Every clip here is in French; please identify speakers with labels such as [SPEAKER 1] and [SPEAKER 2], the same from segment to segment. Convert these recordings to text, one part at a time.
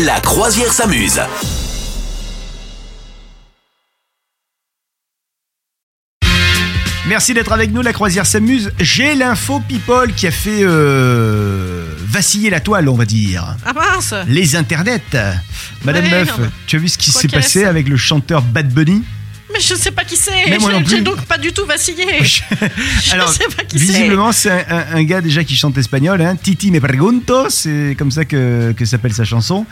[SPEAKER 1] La croisière s'amuse.
[SPEAKER 2] Merci d'être avec nous, la croisière s'amuse. J'ai l'info people qui a fait euh, vaciller la toile, on va dire.
[SPEAKER 3] Ah mince
[SPEAKER 2] Les internets. Madame
[SPEAKER 3] Ouais,
[SPEAKER 2] Meuf,
[SPEAKER 3] non.
[SPEAKER 2] tu as vu ce qui
[SPEAKER 3] Quoi
[SPEAKER 2] s'est
[SPEAKER 3] qu'il
[SPEAKER 2] passé
[SPEAKER 3] reste.
[SPEAKER 2] avec le chanteur Bad Bunny
[SPEAKER 3] Mais je sais pas qui c'est
[SPEAKER 2] Mais moi
[SPEAKER 3] J'ai-
[SPEAKER 2] non plus.
[SPEAKER 3] J'ai donc pas du tout vacillé Je, sais pas qui c'est
[SPEAKER 2] visiblement, c'est un, un- un gars déjà qui chante espagnol. hein. Titi me pregunto, c'est comme ça que, que s'appelle sa chanson.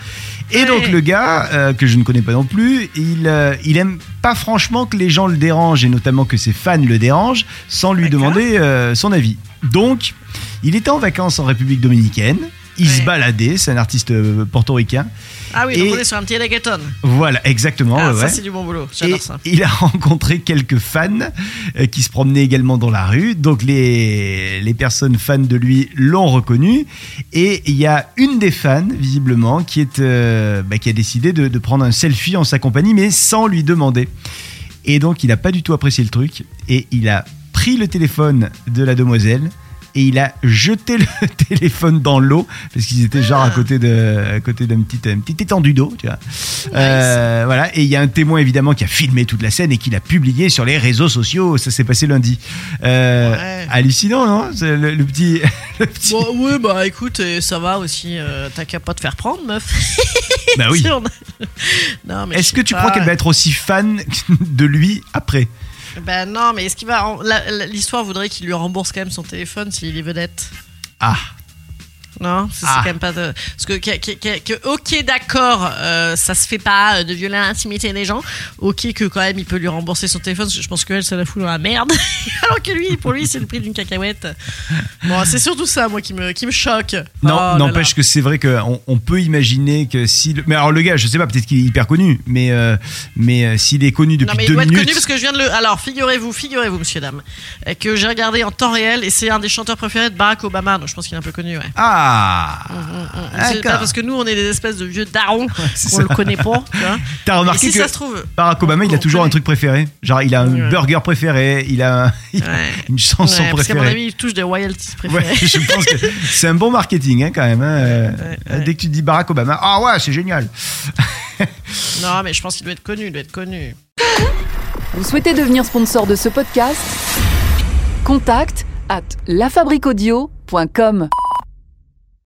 [SPEAKER 2] Et
[SPEAKER 3] Ouais.
[SPEAKER 2] donc, le gars, euh, que je ne connais pas non plus, il, euh, il aime pas franchement que les gens le dérangent, et notamment que ses fans le dérangent, sans lui
[SPEAKER 3] D'accord.
[SPEAKER 2] demander euh, son avis. Donc, il était en vacances en République dominicaine. Il se
[SPEAKER 3] Ouais.
[SPEAKER 2] baladait, c'est un artiste euh, portoricain.
[SPEAKER 3] Ah oui,
[SPEAKER 2] Et-
[SPEAKER 3] donc on est sur un petit reggaeton
[SPEAKER 2] Voilà, exactement.
[SPEAKER 3] Ah
[SPEAKER 2] ouais,
[SPEAKER 3] ça
[SPEAKER 2] ouais.
[SPEAKER 3] c'est du bon boulot,
[SPEAKER 2] Et
[SPEAKER 3] j'adore ça
[SPEAKER 2] il a rencontré quelques fans euh, qui se promenaient également dans la rue. Donc les, les personnes fans de lui l'ont reconnu. Et il y a une des fans, visiblement, qui, est, euh, bah, qui a décidé de, de prendre un selfie en sa compagnie, mais sans lui demander. Et donc il n'a pas du tout apprécié le truc. Et il a pris le téléphone de la demoiselle. Et il a jeté le téléphone dans l'eau parce qu'ils étaient genre
[SPEAKER 3] Ah.
[SPEAKER 2] à côté de à côté d'une petite une petite étendue d'eau, tu vois. Euh, voilà, et il y a un témoin évidemment qui a filmé toute la scène et qui l'a publié sur les réseaux sociaux. Ça s'est passé lundi. Euh,
[SPEAKER 3] Ouais.
[SPEAKER 2] Hallucinant, non C'est le, le petit, le petit-
[SPEAKER 3] Bon, oui, bah écoute, euh, ça va aussi, euh, t'as qu'à pas te faire prendre, meuf.
[SPEAKER 2] Bah oui.
[SPEAKER 3] Si on a- non, mais
[SPEAKER 2] Est-ce
[SPEAKER 3] je
[SPEAKER 2] que
[SPEAKER 3] sais
[SPEAKER 2] tu
[SPEAKER 3] pas.
[SPEAKER 2] crois qu'elle va être aussi fan de lui après
[SPEAKER 3] Bah non, mais est-ce qu'il va. la- la- L'histoire voudrait qu'il lui rembourse quand même son téléphone s'il est vedette.
[SPEAKER 2] Ah,
[SPEAKER 3] Non, ça, c'est
[SPEAKER 2] Ah.
[SPEAKER 3] quand même pas de. Parce que, que- que- que- que- ok, d'accord, euh, ça se fait pas euh, de violer l'intimité des gens. Ok, que quand même il peut lui rembourser son téléphone, parce que je pense qu'elle, ça la fout dans la merde. Alors que lui, pour lui, c'est le prix d'une cacahuète. Bon, c'est surtout ça, moi, qui me, qui me choque.
[SPEAKER 2] non,
[SPEAKER 3] Oh là
[SPEAKER 2] n'empêche
[SPEAKER 3] là.
[SPEAKER 2] que c'est vrai qu'on on peut imaginer que si. le- Mais alors le gars, je sais pas, peut-être qu'il est hyper connu, mais euh, mais euh, s'il est connu depuis
[SPEAKER 3] non, mais il
[SPEAKER 2] deux
[SPEAKER 3] doit
[SPEAKER 2] minutes.
[SPEAKER 3] être connu parce que je viens de le. Alors, figurez-vous, figurez-vous, monsieur, dame, euh, que j'ai regardé en temps réel et c'est un des chanteurs préférés de Barack Obama, donc je pense qu'il est un peu connu, ouais.
[SPEAKER 2] Ah,
[SPEAKER 3] Mm, C'est pas
[SPEAKER 2] d'accord.
[SPEAKER 3] parce que nous, on est des espèces de vieux darons
[SPEAKER 2] c'est
[SPEAKER 3] qu'on
[SPEAKER 2] ça.
[SPEAKER 3] le connaît pas, tu vois.
[SPEAKER 2] T'as
[SPEAKER 3] Et
[SPEAKER 2] remarqué
[SPEAKER 3] si
[SPEAKER 2] que
[SPEAKER 3] ça se trouve.
[SPEAKER 2] Barack Obama, il a
[SPEAKER 3] On
[SPEAKER 2] toujours un
[SPEAKER 3] connaît.
[SPEAKER 2] truc préféré. Genre, il a un
[SPEAKER 3] Ouais.
[SPEAKER 2] burger préféré, il a un- il a
[SPEAKER 3] Ouais.
[SPEAKER 2] une chanson
[SPEAKER 3] Ouais, parce qu'à
[SPEAKER 2] préférée.
[SPEAKER 3] mon avis, il touche des royalties
[SPEAKER 2] Ouais,
[SPEAKER 3] préférées.
[SPEAKER 2] je pense que c'est un bon marketing hein, quand même. hein. Euh,
[SPEAKER 3] ouais, ouais.
[SPEAKER 2] Dès que tu dis Barack Obama, ah ouais, c'est génial.
[SPEAKER 3] Non, mais je pense qu'il doit être connu, il doit être connu.
[SPEAKER 4] Vous souhaitez devenir sponsor de ce podcast Contact à lafabriquaudio.com.